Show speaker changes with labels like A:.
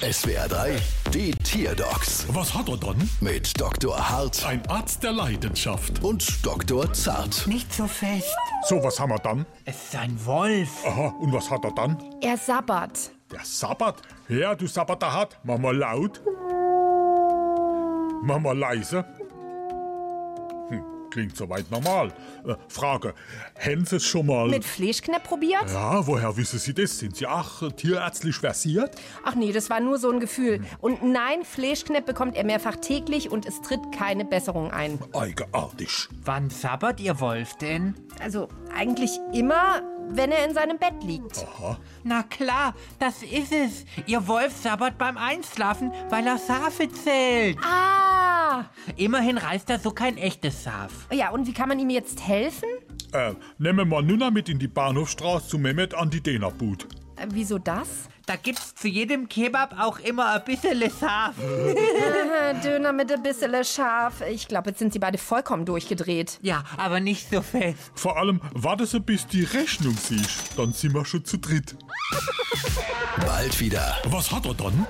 A: SWR 3, die Tierdocs
B: Was hat er dann?
A: mit Dr. Hart
B: Ein Arzt der Leidenschaft.
A: und Dr. Zart.
C: Nicht so fest.
B: So, was haben wir dann?
C: Es ist ein Wolf.
B: Aha, und was hat er dann?
D: Er sabbert.
B: Der Sabbat. Ja, du Sabbaterhat. Mach mal laut. Mach mal leise. Hm, klingt soweit normal. Äh, Frage, haben Sie es schon mal...
D: Mit Fleischknepp probiert?
B: ja, woher wissen Sie das? Sind Sie auch äh, tierärztlich versiert?
D: Ach nee, das war nur so ein Gefühl. Und nein, Fleischknepp bekommt er mehrfach täglich und es tritt keine Besserung ein.
B: Eigenartig.
C: Wann sabbert ihr Wolf denn?
D: Also eigentlich immer, wenn er in seinem Bett liegt.
C: Na klar, das ist es. Ihr Wolf sabbert beim Einschlafen, weil er Schafe zählt.
D: Ah!
C: Immerhin reißt er so kein echtes Schaf.
D: Ja, und wie kann man ihm jetzt helfen?
B: Äh, nehmen wir Nunna mit in die Bahnhofstraße zu Mehmet an die Dena-Bude.
D: Äh, Wieso das?
C: Da gibt's zu jedem Kebab auch immer ein bisschen Schaf.
D: Äh, Döner mit ein bisschen scharf. Ich glaube, jetzt sind sie beide vollkommen durchgedreht.
C: Ja, aber nicht so fest.
B: Vor allem, warten Sie, bis die Rechnung siehst. Dann sind wir schon zu dritt.
A: Bald wieder.
B: Was hat er dann?